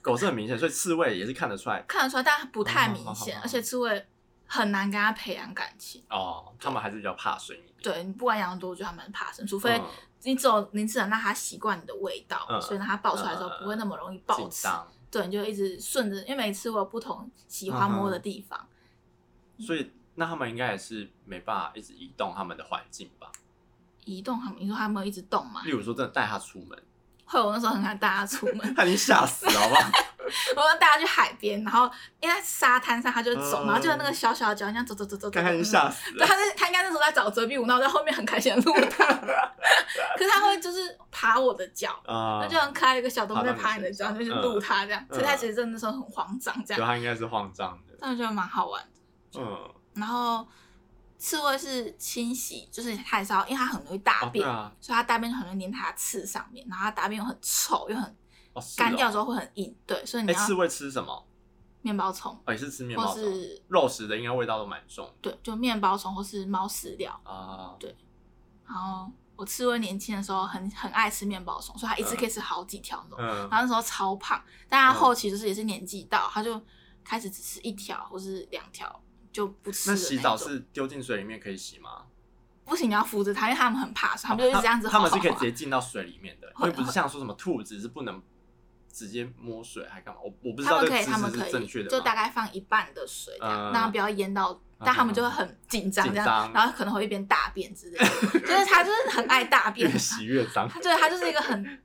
Speaker 2: 狗是很明显，所以刺猬也是看得出来
Speaker 1: 看得出来，但不太
Speaker 2: 哦好
Speaker 1: 明
Speaker 2: 好
Speaker 1: 显，
Speaker 2: 好
Speaker 1: 而且刺猬很难跟它培养感情。
Speaker 2: 哦，它们还是比较怕水一点。
Speaker 1: 对你不管养多久，它们很怕生，除非
Speaker 2: 嗯
Speaker 1: 你只有你只能让它习惯你的味道，
Speaker 2: 嗯
Speaker 1: 所以让它爆出来的时候
Speaker 2: 嗯嗯嗯
Speaker 1: 不会那么容易爆
Speaker 2: 紧
Speaker 1: 吃。
Speaker 2: 张，
Speaker 1: 对，你就一直顺着，因为每次我有不同喜欢摸
Speaker 2: 嗯
Speaker 1: 的地方，
Speaker 2: 所以那它们应该也是没办法一直移动它们的环境吧？
Speaker 1: 移动它们，你说它们有一直动嘛
Speaker 2: 例？如说，真的带它出门，
Speaker 1: 会，我那时候很敢带它出门，
Speaker 2: 它已经吓死了，好不好？
Speaker 1: 我就带它去海边，然后因为它沙滩上它就走，
Speaker 2: 嗯
Speaker 1: 然后就有那个小小的脚印，这样走走走走走，
Speaker 2: 看它已经
Speaker 1: 嗯
Speaker 2: 吓死
Speaker 1: 对，
Speaker 2: 了。
Speaker 1: 他在他应该那时候在找遮蔽物，那我在后面很开心的 录他，可是他会就是爬我的脚，
Speaker 2: 啊
Speaker 1: 那就很可爱，一个小动物在爬你的脚，
Speaker 2: 爬到
Speaker 1: 就
Speaker 2: 你
Speaker 1: 去
Speaker 2: 身上
Speaker 1: 录他这样，
Speaker 2: 嗯
Speaker 1: 所以他其实真的那时候很慌张这
Speaker 2: 就
Speaker 1: 样，
Speaker 2: 它应该是慌张的。
Speaker 1: 但我觉得蛮好玩的。
Speaker 2: 嗯，
Speaker 1: 然后刺猬是清洗，就是它也是要，因为它很容易大
Speaker 2: 哦，对
Speaker 1: 便，
Speaker 2: 啊，
Speaker 1: 所以它大便就很容易粘它的刺上面，然后它大便又很臭，又很
Speaker 2: 哦，是
Speaker 1: 干掉
Speaker 2: 哦
Speaker 1: 之后会很硬，对，所以你
Speaker 2: 哎，
Speaker 1: 要
Speaker 2: 刺猬吃什么？
Speaker 1: 面包虫
Speaker 2: 哦，也是吃面
Speaker 1: 或
Speaker 2: 包虫，
Speaker 1: 是
Speaker 2: 肉食的应该味道都蛮重
Speaker 1: 对，就面包虫或是猫饲料。
Speaker 2: 的啊。
Speaker 1: 然后我刺猬年轻的时候很很爱吃面包虫，所以它一次可以吃好几条那种。
Speaker 2: 嗯
Speaker 1: 然后那时候超胖，但它
Speaker 2: 嗯
Speaker 1: 后期就是也是年纪到，它就开始只吃一条或是两条就不吃
Speaker 2: 那
Speaker 1: 了
Speaker 2: 洗
Speaker 1: 种
Speaker 2: 澡是丢进水里面可以洗吗？
Speaker 1: 不行，你要扶着它，因为它们很怕，所以它们就一直这样子
Speaker 2: 他
Speaker 1: 滑
Speaker 2: 们
Speaker 1: 滑
Speaker 2: 是
Speaker 1: 滑。
Speaker 2: 可以直接进到水里面的，因
Speaker 1: 会
Speaker 2: 为不是像说什么兔子是不能直接摸水还干嘛？我我不知
Speaker 1: 它
Speaker 2: 道
Speaker 1: 们
Speaker 2: 这个
Speaker 1: 可以，
Speaker 2: 知
Speaker 1: 它们
Speaker 2: 识
Speaker 1: 可
Speaker 2: 是正确
Speaker 1: 以，
Speaker 2: 的
Speaker 1: 就大
Speaker 2: 概
Speaker 1: 概放一半的水这样，
Speaker 2: 嗯
Speaker 1: 让它不要淹到，但它们就会很紧张这
Speaker 2: 紧
Speaker 1: 样
Speaker 2: 张，
Speaker 1: 然后可能会一边大便之类的，就是它就是很爱大 便
Speaker 2: 越，洗越 脏。
Speaker 1: 它对它就是一个很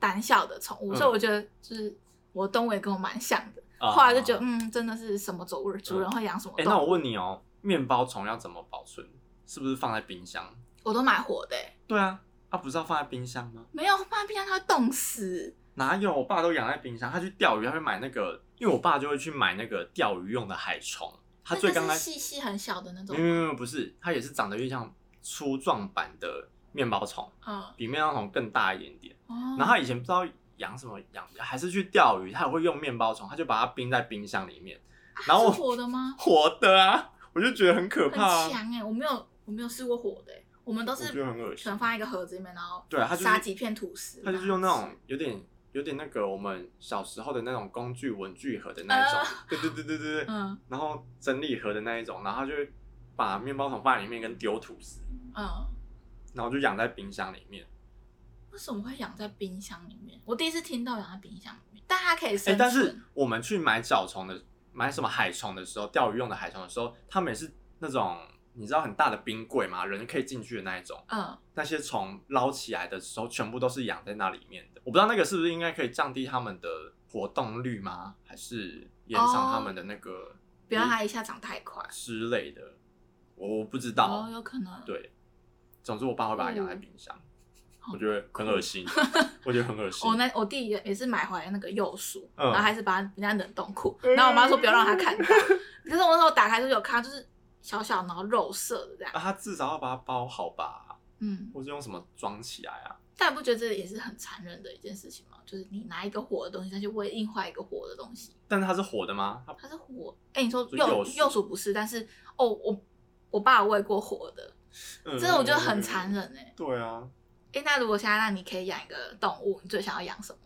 Speaker 1: 胆小的宠物，
Speaker 2: 嗯
Speaker 1: 所以我觉得就是我动物也跟我蛮像的。
Speaker 2: 啊
Speaker 1: 后来就觉得，嗯，真的是什么走位，主人会养什么
Speaker 2: 哎，
Speaker 1: 动
Speaker 2: 那
Speaker 1: 物，
Speaker 2: 我问你哦，面包虫要怎么保存？是不是放在冰箱？
Speaker 1: 我都买活的欸、
Speaker 2: 对啊，啊不是要放在冰箱吗？
Speaker 1: 没有放在冰箱它会冻死。
Speaker 2: 哪有？我爸都养在冰箱，他去钓鱼，他会买那个，因为我爸就会去买那个钓鱼用的海虫。他
Speaker 1: 那
Speaker 2: 最
Speaker 1: 就
Speaker 2: 刚
Speaker 1: 是
Speaker 2: 开嗯始
Speaker 1: 细细很小的那种
Speaker 2: 没有，没有没有，不是，它也是长得有点像粗壮版的面包虫，
Speaker 1: 嗯，
Speaker 2: 比面包虫更大一点点。
Speaker 1: 哦，
Speaker 2: 然后他以前不知道养什么养，还是去钓鱼，他也会用面包虫，他就把它冰在冰箱里面，然后
Speaker 1: 啊是活的吗？
Speaker 2: 活的啊，我就觉得很可
Speaker 1: 很
Speaker 2: 怕啊，
Speaker 1: 强哎、我没有，我没有试过活的欸、我们都
Speaker 2: 我
Speaker 1: 是
Speaker 2: 觉得很恶心
Speaker 1: 全放在一个盒子里面，然后
Speaker 2: 对它啊就是
Speaker 1: 撒几片吐司，
Speaker 2: 他就是用那种有点有点那个我们小时候的那种工具文具盒的那一种，对对对对对对，
Speaker 1: 呃嗯
Speaker 2: 然后整理盒的那一种，然后他就会把面包虫放在里面跟丢吐司，
Speaker 1: 嗯，
Speaker 2: 然后就养在冰箱里面。
Speaker 1: 为什么会养在冰箱里面？我第一次听到养在冰箱里面，但它可以
Speaker 2: 哎、
Speaker 1: 生存。
Speaker 2: 但是我们去买找虫的，买什么海虫的时候，钓鱼用的海虫的时候，他们也是那种你知道很大的冰柜嘛，人可以进去的那一种。
Speaker 1: 嗯，
Speaker 2: 那些虫捞起来的时候，全部都是养在那里面的。我不知道那个是不是应该可以降低它们的活动率吗？还是延长它们的那个
Speaker 1: 不要它一下长太快。
Speaker 2: 之类的？我我不知
Speaker 1: 哦
Speaker 2: 道，。
Speaker 1: 有可能。
Speaker 2: 对，总之我爸会把它养在冰箱，
Speaker 1: 好
Speaker 2: 我觉得很 恶心，我觉得很恶心
Speaker 1: 我。哦那我弟也也是买回来那个幼鼠，
Speaker 2: 嗯
Speaker 1: 然后还是把它人家冷冻库，然后我妈说不要让他看到。
Speaker 2: 嗯
Speaker 1: 可是我那时候打开就有看到，就是小小然后肉色的这样。
Speaker 2: 啊，它至少要把它包好吧，
Speaker 1: 嗯，
Speaker 2: 或是用什么装起来啊？
Speaker 1: 但你不觉得这也是很残忍的一件事情吗？就是你拿一个活的东西，再去喂硬化一个活的东西，
Speaker 2: 但是它是活的吗？它
Speaker 1: 它是活。哎、你说
Speaker 2: 就
Speaker 1: 幼
Speaker 2: 幼鼠
Speaker 1: 幼鼠不是，但是哦，我我爸有喂过活的，
Speaker 2: 嗯
Speaker 1: 这个我觉得很残。忍哎、
Speaker 2: 对啊，
Speaker 1: 哎、那如果现在让你可以养一个动物，你最想要养什么？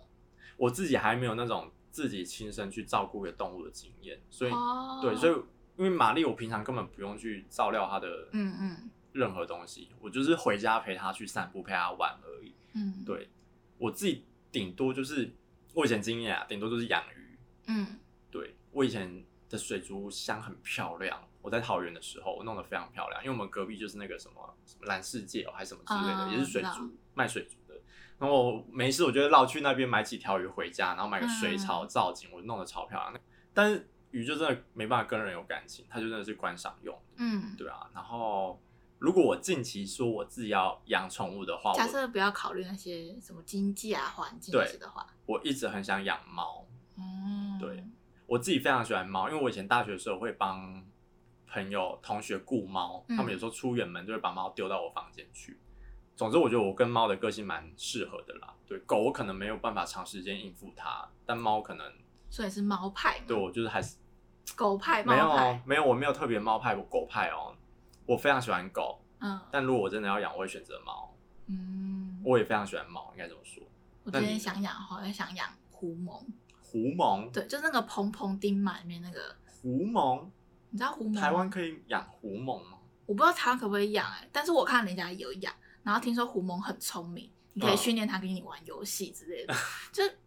Speaker 2: 我自己还没有那种自己亲身去照顾一个动物的经验，所以
Speaker 1: 哦，
Speaker 2: 对，所以
Speaker 1: 以
Speaker 2: 因为玛丽，我平常根本不用去照料她的
Speaker 1: 嗯嗯
Speaker 2: 任何东西，我就是回家陪她去散步，陪她玩而已。
Speaker 1: 嗯，
Speaker 2: 对我自己顶多就是我以前经验啊，顶多就是养鱼。
Speaker 1: 嗯
Speaker 2: 对我以前的水族箱很漂亮，我在桃园的时候我弄得非常漂亮，因为我们隔壁就是那个什么什么蓝世界、哦、还是什么之类的，
Speaker 1: 啊
Speaker 2: 也是水
Speaker 1: 我知
Speaker 2: 族卖水族的。然后我没事，我就会绕去那边买几条鱼回家，然后买个
Speaker 1: 嗯
Speaker 2: 水槽造景，我弄得超漂亮。但是鱼就真的没办法跟人有感情，它就真的是观赏用的，
Speaker 1: 嗯，
Speaker 2: 对啊。然后如果我近期说我自己要养宠物的话，
Speaker 1: 假
Speaker 2: 我
Speaker 1: 设不要考虑那些什么经济啊、环境
Speaker 2: 对
Speaker 1: 之类的话，
Speaker 2: 我一直很想养猫，
Speaker 1: 嗯，
Speaker 2: 对，我自己非常喜欢猫，因为我以前大学的时候会帮朋友、同学雇猫，
Speaker 1: 嗯
Speaker 2: 他们有时候出远门就会把猫丢到我房间去。总之，我觉得我跟猫的个性蛮适合的啦。对狗，我可能没有办法长时间应付它，但猫可能
Speaker 1: 所以是猫派嘛，
Speaker 2: 对我就是还是
Speaker 1: 狗派、猫
Speaker 2: 没有
Speaker 1: 派，
Speaker 2: 没有，我没有特别猫派，我狗派哦。我非常喜欢狗，
Speaker 1: 嗯
Speaker 2: 但如果我真的要养，我会选择猫。
Speaker 1: 嗯，
Speaker 2: 我也非常喜欢猫，应该这么说。
Speaker 1: 我
Speaker 2: 那
Speaker 1: 今
Speaker 2: 你
Speaker 1: 天想养的话，我会想养狐獴，
Speaker 2: 狐獴，
Speaker 1: 对，就是那个蓬蓬丁嘛里面那个，
Speaker 2: 狐獴，
Speaker 1: 你知道狐獴吗？
Speaker 2: 台湾可以养狐獴吗？
Speaker 1: 我不知道台湾可不可以养哎、但是我看人家有养，然后听说狐獴很聪明，你可以
Speaker 2: 嗯
Speaker 1: 训练它跟你玩游戏之类的，就是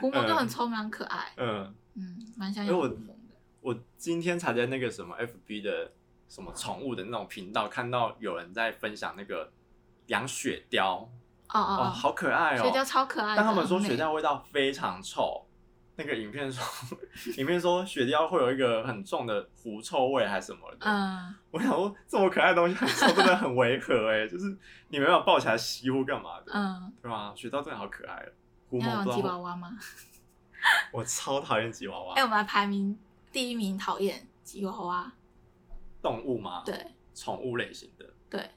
Speaker 1: 狐 獴就很聪明、很可爱，
Speaker 2: 嗯，
Speaker 1: 嗯，蛮想
Speaker 2: 因为
Speaker 1: 养狐
Speaker 2: 我
Speaker 1: 獴的。
Speaker 2: 我今天才在那个什么 FB 的什么宠物的那种频道看到有人在分享那个养雪貂，
Speaker 1: 哦
Speaker 2: 哦，
Speaker 1: 哦哦，
Speaker 2: 好可爱哦！
Speaker 1: 雪貂超可爱的，啊嗯
Speaker 2: 但他们说
Speaker 1: 很
Speaker 2: 雪
Speaker 1: 美
Speaker 2: 貂味道非常臭，那个 影片说，影片说雪貂会有一个很重的狐臭味还是什么的。
Speaker 1: 嗯，
Speaker 2: 我想说这么可爱的东西很臭，真的很违 和哎、就是你没办法抱起来吸或干嘛的，
Speaker 1: 嗯，
Speaker 2: 对吧？雪貂真的好可爱哦。狐
Speaker 1: 要
Speaker 2: 獴不
Speaker 1: 养吉
Speaker 2: 知
Speaker 1: 娃
Speaker 2: 道，
Speaker 1: 娃吗？
Speaker 2: 我超讨厌吉娃娃。
Speaker 1: 哎、我们来排名，第一名讨厌吉娃娃，
Speaker 2: 动物吗？，
Speaker 1: 对
Speaker 2: 宠物类型的
Speaker 1: 对，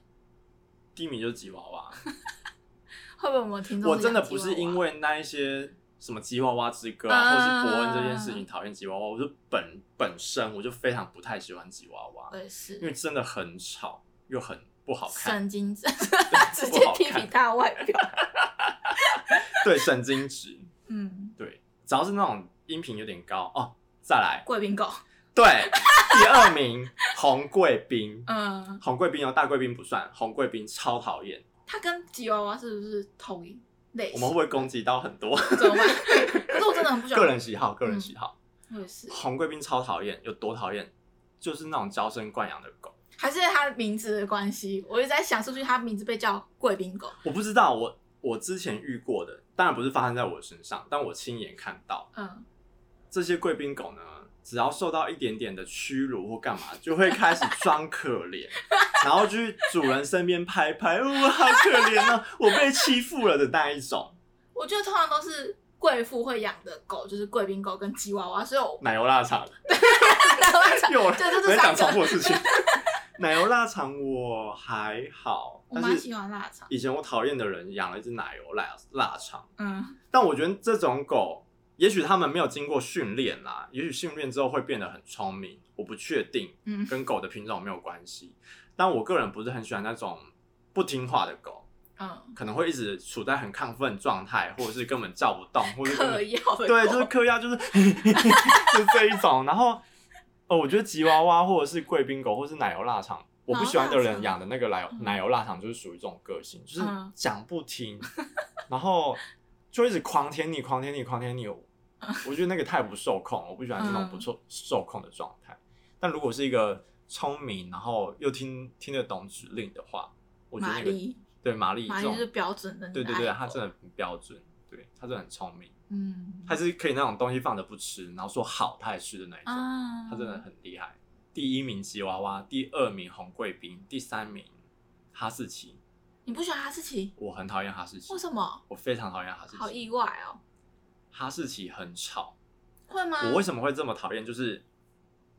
Speaker 2: 第一名就是吉娃娃。
Speaker 1: 会不会我们听众
Speaker 2: 我
Speaker 1: 是
Speaker 2: 真的
Speaker 1: 养吉
Speaker 2: 不是
Speaker 1: 娃娃
Speaker 2: 因为那一些什么吉娃娃之歌啊，
Speaker 1: 嗯
Speaker 2: 或是伯恩这件事情讨厌吉娃娃，我就本本身我就非常不太喜欢吉娃娃
Speaker 1: 我，也
Speaker 2: 因
Speaker 1: 是
Speaker 2: 为真的很吵又很不好看，
Speaker 1: 神经质， 直
Speaker 2: 不
Speaker 1: 接
Speaker 2: 好看
Speaker 1: 批评他的外表，
Speaker 2: 对神经质，
Speaker 1: 嗯，
Speaker 2: 对，只要是那种音频有点高哦，再来
Speaker 1: 贵宾狗，
Speaker 2: 对第二名红贵宾，
Speaker 1: 嗯，
Speaker 2: 红贵宾哦，大贵宾不算，红贵宾超讨厌，
Speaker 1: 它跟吉娃娃是不是同一类
Speaker 2: 我
Speaker 1: 型？
Speaker 2: 们会不会攻击到很多
Speaker 1: 怎么办？可是我真的很不喜欢
Speaker 2: 个，人喜好？个人喜好，
Speaker 1: 我也是，
Speaker 2: 红贵宾超讨厌，有多讨厌？就是那种娇生惯养的狗。
Speaker 1: 还是它名字的关系，我一直在想是不是它名字被叫贵宾狗，
Speaker 2: 我不知道，我我之前遇过的，当然不是发生在我身上，但我亲眼看到
Speaker 1: 嗯，
Speaker 2: 这些贵宾狗呢，只要受到一点点的屈辱或干嘛，就会开始装可怜， 然后去主人身边拍拍，哦，我好可怜哦，我被欺负了的那一种。
Speaker 1: 我觉得通常都是。贵妇会养的狗就是贵宾狗跟吉娃娃，所以我
Speaker 2: 奶油腊肠又
Speaker 1: 对这是
Speaker 2: 在
Speaker 1: 三
Speaker 2: 讲
Speaker 1: 个
Speaker 2: 重复的事情。 奶油腊肠我还好，
Speaker 1: 我蛮
Speaker 2: 但是
Speaker 1: 喜欢腊肠，
Speaker 2: 以前我讨厌的人养了一只奶油腊腊肠。
Speaker 1: 嗯，
Speaker 2: 但我觉得这种狗，也许他们没有经过训练啦，也许训练之后会变得很聪明，我不确定，
Speaker 1: 嗯
Speaker 2: 跟狗的品种没有关系。但我个人不是很喜欢那种不听话的狗，
Speaker 1: 嗯，
Speaker 2: 可能会一直处在很亢奋状态，或者是根本叫不动，或者是根
Speaker 1: 嗑
Speaker 2: 本
Speaker 1: 药的
Speaker 2: 对，
Speaker 1: 狗
Speaker 2: 就是嗑药，就是 就是这一种。然后，哦，我觉得吉娃娃或者是贵宾狗，或是奶油腊肠。我不喜欢的人养的那个奶油
Speaker 1: 哦嗯
Speaker 2: 奶油腊肠就是属于这种个性，就是
Speaker 1: 嗯
Speaker 2: 讲不听，然后就一直狂舔你，狂舔你，狂舔你。我觉得那个太不受控，我不喜欢
Speaker 1: 嗯
Speaker 2: 这种不受受控的状态。但如果是一个聪明，然后又听听得懂指令的话，我觉得
Speaker 1: 玛
Speaker 2: 那个
Speaker 1: 丽，
Speaker 2: 对玛丽
Speaker 1: 玛
Speaker 2: 这
Speaker 1: 丽就
Speaker 2: 种
Speaker 1: 是标准的，
Speaker 2: 对对对，他真，的很标准，对他真的很聪明，
Speaker 1: 嗯，
Speaker 2: 他是可以那种东西放着不吃，然后说好他也吃的那一种，
Speaker 1: 啊，
Speaker 2: 他真的很厉害。第一名吉娃娃，第二名红贵宾，第三名哈士奇。
Speaker 1: 你不喜欢哈士奇？
Speaker 2: 我很讨厌哈士奇，
Speaker 1: 为什？么？
Speaker 2: 我非常讨厌哈士
Speaker 1: 好
Speaker 2: 奇。
Speaker 1: 意外哦，
Speaker 2: 哈士奇很吵，
Speaker 1: 会吗？
Speaker 2: 我为什么会这么讨厌？就是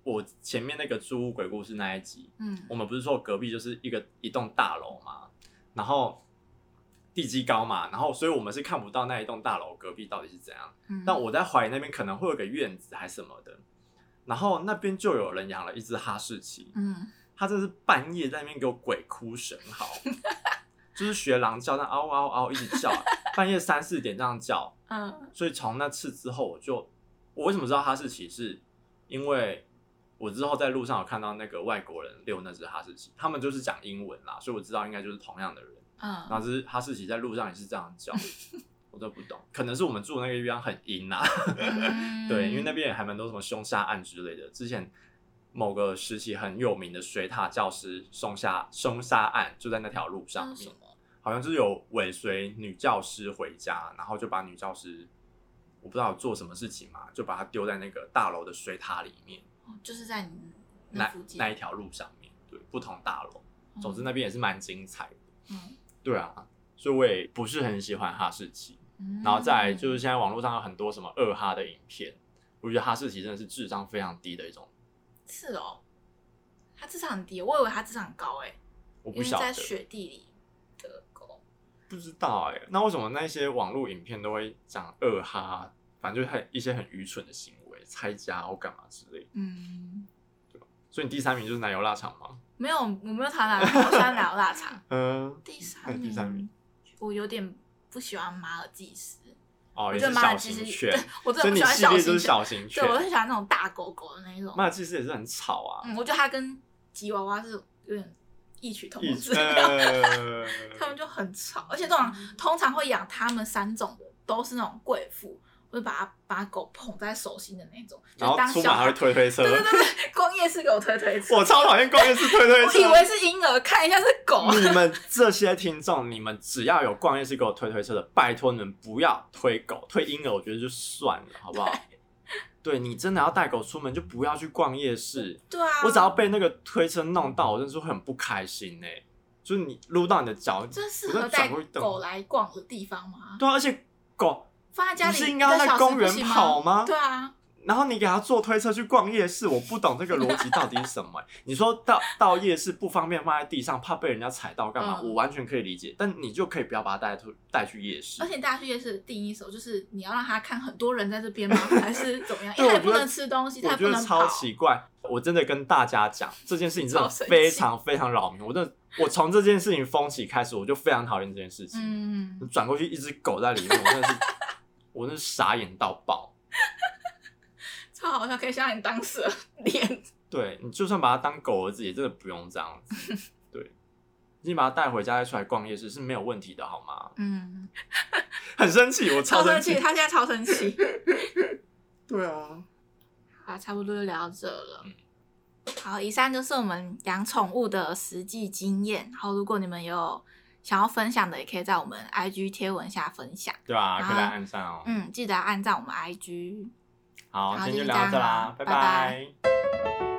Speaker 2: 我前面那个租屋鬼故事那一集，
Speaker 1: 嗯
Speaker 2: 我们不是说隔壁就是一个一栋大楼嘛，然后地基高嘛，然后所以我们是看不到那一栋大楼隔壁到底是怎样。
Speaker 1: 嗯，
Speaker 2: 但我在怀疑那边可能会有个院子还什么的，然后那边就有人养了一只哈士奇，
Speaker 1: 嗯，
Speaker 2: 它这是半夜在那边给我鬼哭神 嚎，就是学狼叫，但嗷嗷嗷一直叫，啊半夜三四点这 样叫。
Speaker 1: 嗯
Speaker 2: 所以从那次之后，我就我为什么知道哈士奇是，因为我之后在路上有看到那个外国人遛那只哈士奇，他们就是讲英文啦，所以我知道应该就是同样的人。然
Speaker 1: 嗯，
Speaker 2: 后只是哈士奇在路上也是这样叫，我都不懂，可能是我们住的那个地方很阴啊啦、
Speaker 1: 嗯
Speaker 2: 对，因为那边也还蛮多什么凶杀案之类的。之前某个时期很有名的水塔教师凶杀凶杀案就在那条路上
Speaker 1: 那是
Speaker 2: 面
Speaker 1: 什，么？
Speaker 2: 好像就是有尾随女教师回家，然后就把女教师我不知道有做什么事情嘛，就把她丢在那个大楼的水塔里面，
Speaker 1: 哦就是在你那
Speaker 2: 那
Speaker 1: 附近
Speaker 2: 那一条路上面，对，不同大楼。
Speaker 1: 嗯
Speaker 2: 总之那边也是蛮精彩的，
Speaker 1: 嗯
Speaker 2: 对啊，所以我也不是很喜欢哈士奇。
Speaker 1: 嗯
Speaker 2: 然后再来就是现在网络上有很多什么二哈的影片，我觉得哈士奇真的是智商非常低的一种，
Speaker 1: 是哦，它智商很低，我以为它智商很高哎，
Speaker 2: 我
Speaker 1: 因
Speaker 2: 不
Speaker 1: 为
Speaker 2: 晓
Speaker 1: 在
Speaker 2: 得，
Speaker 1: 雪地里的狗，
Speaker 2: 不知道哎、那为什么那些网络影片都会讲二哈，反正就是很一些很愚蠢的行为，拆家或干嘛之类的。
Speaker 1: 嗯，
Speaker 2: 所以你第三名就是奶油腊肠吗？
Speaker 1: 没有，我没有讨厌它，我喜欢聊腊肠。
Speaker 2: 嗯，
Speaker 1: 第
Speaker 2: 还
Speaker 1: 三
Speaker 2: 有
Speaker 1: 名，
Speaker 2: 第三名，
Speaker 1: 我有点不喜欢马尔济斯，
Speaker 2: 哦，
Speaker 1: 我
Speaker 2: 也
Speaker 1: 觉得
Speaker 2: 是
Speaker 1: 马
Speaker 2: 小
Speaker 1: 尔济斯
Speaker 2: 型犬，，
Speaker 1: 我真
Speaker 2: 所
Speaker 1: 的不
Speaker 2: 以你
Speaker 1: 喜欢
Speaker 2: 系
Speaker 1: 小
Speaker 2: 列就
Speaker 1: 型
Speaker 2: 是
Speaker 1: 犬，
Speaker 2: 小型犬
Speaker 1: 对，我很喜欢那种大狗狗的那种。
Speaker 2: 马尔济斯也是很吵啊，
Speaker 1: 嗯，我觉得它跟吉娃娃是有点异曲同
Speaker 2: 一
Speaker 1: 工之妙。
Speaker 2: 呃，
Speaker 1: 他们就很吵，而且这种通常会养他们三种的都是那种贵妇，会把它把狗捧在手心的那种，就
Speaker 2: 然后
Speaker 1: 是当
Speaker 2: 出
Speaker 1: 小
Speaker 2: 马还
Speaker 1: 孩
Speaker 2: 会。推推车
Speaker 1: 对，对对对，逛夜市给我推推车，
Speaker 2: 我超讨厌逛夜市推推
Speaker 1: 我以
Speaker 2: 车，嗯
Speaker 1: 为是婴儿，看一下是狗。
Speaker 2: 你们这些听众，你们只要有逛夜市给我推推车的，拜托你们不要推狗、推婴儿，我觉得就算了，好不好？ 对你真的要带狗出门，就不要去逛夜市。
Speaker 1: 对啊，
Speaker 2: 我只要被那个推车弄到，我真的是会很不开心呢、就是你撸到你的脚，
Speaker 1: 这适
Speaker 2: 我
Speaker 1: 合
Speaker 2: 真的
Speaker 1: 带
Speaker 2: 转过去瞪
Speaker 1: 狗来逛的地方吗？
Speaker 2: 对啊，而且狗，
Speaker 1: 放在家里
Speaker 2: 不是应该要在
Speaker 1: 一个小时
Speaker 2: 公园
Speaker 1: 不行吗
Speaker 2: 跑吗
Speaker 1: 对啊，
Speaker 2: 然后你给它坐推车去逛夜市，我不懂这个逻辑到底是什么欸、 你说到到夜市不方便放在地上，怕被人家踩到干嘛？
Speaker 1: 嗯
Speaker 2: 我完全可以理解，但你就可以不要把它带出带去夜市
Speaker 1: 而。且大家去夜市的第一手就是你要让他看很多人在这边 吗？还是怎么样？因
Speaker 2: 对
Speaker 1: 为他
Speaker 2: 我
Speaker 1: 也不
Speaker 2: 觉得
Speaker 1: 能吃东西，他
Speaker 2: 我
Speaker 1: 也
Speaker 2: 觉
Speaker 1: 不
Speaker 2: 得
Speaker 1: 能跑
Speaker 2: 超。奇怪。我真的跟大家讲，这件事情真
Speaker 1: 超
Speaker 2: 的
Speaker 1: 生气
Speaker 2: 非常非常扰民。我真的，我从这件事情风起开始，我就非常讨厌这件事情。
Speaker 1: 嗯，
Speaker 2: 转过去一只狗在里面，我真的是，我真的是傻眼到爆。
Speaker 1: 超好笑，可以想象你当时的脸。
Speaker 2: 对你就算把它当狗儿子，也真的不用这样子。 对，你把它带回家再出来逛夜市是没有问题的，好吗？
Speaker 1: 嗯，
Speaker 2: 很生气，我
Speaker 1: 超
Speaker 2: 生
Speaker 1: 生气，。他现在超生气。
Speaker 2: 对啊，
Speaker 1: 好，差不多就聊到这了
Speaker 2: 嗯。
Speaker 1: 好，以上就是我们养宠物的实际经验。然后，如果你们有想要分享的，也可以在我们 IG 贴文下分享。
Speaker 2: 对啊，
Speaker 1: 好
Speaker 2: 可以来按上哦。
Speaker 1: 嗯，记得按赞我们 IG。
Speaker 2: 好，
Speaker 1: 好
Speaker 2: 今天
Speaker 1: 就
Speaker 2: 就是聊到
Speaker 1: 这
Speaker 2: 这
Speaker 1: 样
Speaker 2: 啦
Speaker 1: 啦，
Speaker 2: 拜
Speaker 1: 拜拜
Speaker 2: 拜